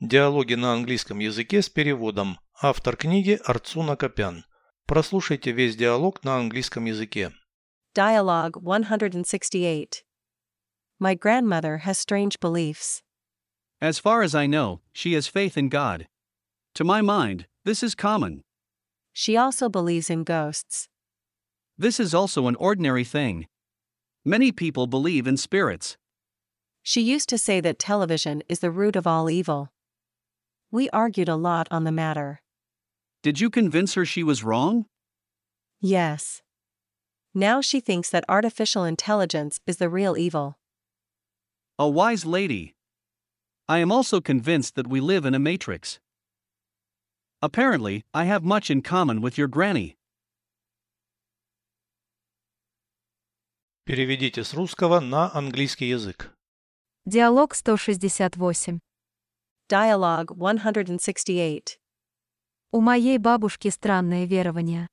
Диалоги на английском языке с переводом. Автор книги Арцуна Копян. Прослушайте весь диалог на английском языке. Dialogue 168. My grandmother has strange beliefs. As far as I know, she has faith in God. To my mind, this is common. She also believes in ghosts. This is also an ordinary thing. Many people believe in spirits. She used to say that television is the root of all evil. We argued a lot on the matter. Did you convince her she was wrong? Yes. Now she thinks that artificial intelligence is the real evil. A wise lady. I am also convinced that we live in a matrix. Apparently, I have much in common with your granny. Переведите с русского на английский язык. Диалог 168. Dialogue 168. У моей бабушки странное верование.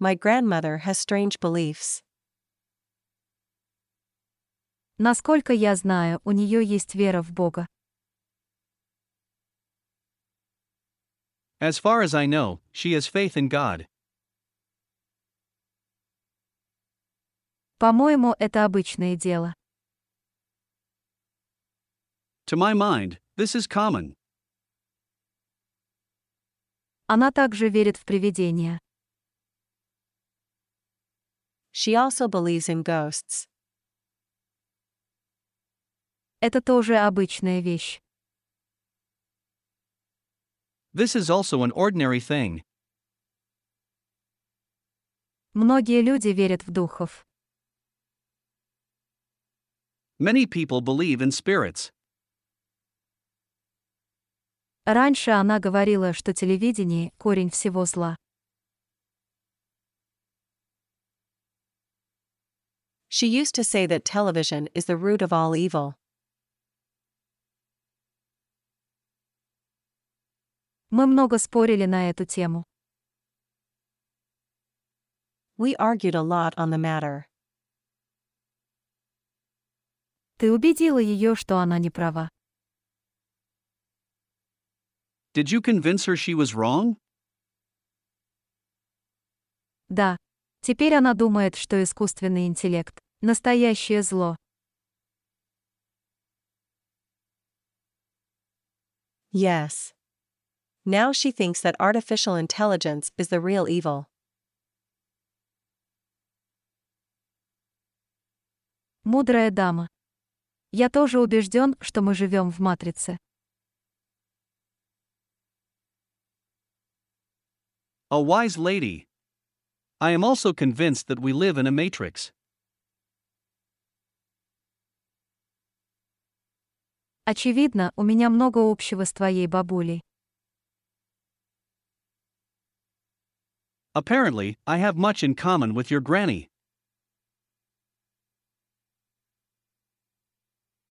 My grandmother has strange beliefs. Насколько я знаю, у нее есть вера в Бога. As far as I know, she has faith in God. По-моему, это обычное дело. To my mind, this is common. Она также верит в привидения. She also believes in ghosts. Это тоже обычная вещь. This is also an ordinary thing. Многие люди верят в духов. Many people believe in spirits. Раньше она говорила, что телевидение – корень всего зла. She used to say that television is the root of all evil. Мы много спорили на эту тему. We argued a lot on the matter. Ты убедила ее, что она не права. Did you convince her she was wrong? Да. Теперь она думает, что искусственный интеллект – настоящее зло. Yes. Now she thinks that artificial intelligence is the real evil. Мудрая дама. Я тоже убежден, что мы живем в матрице. A wise lady. I am also convinced that we live in a matrix. Очевидно, у меня много общего с твоей бабулей. Apparently, I have much in common with your granny.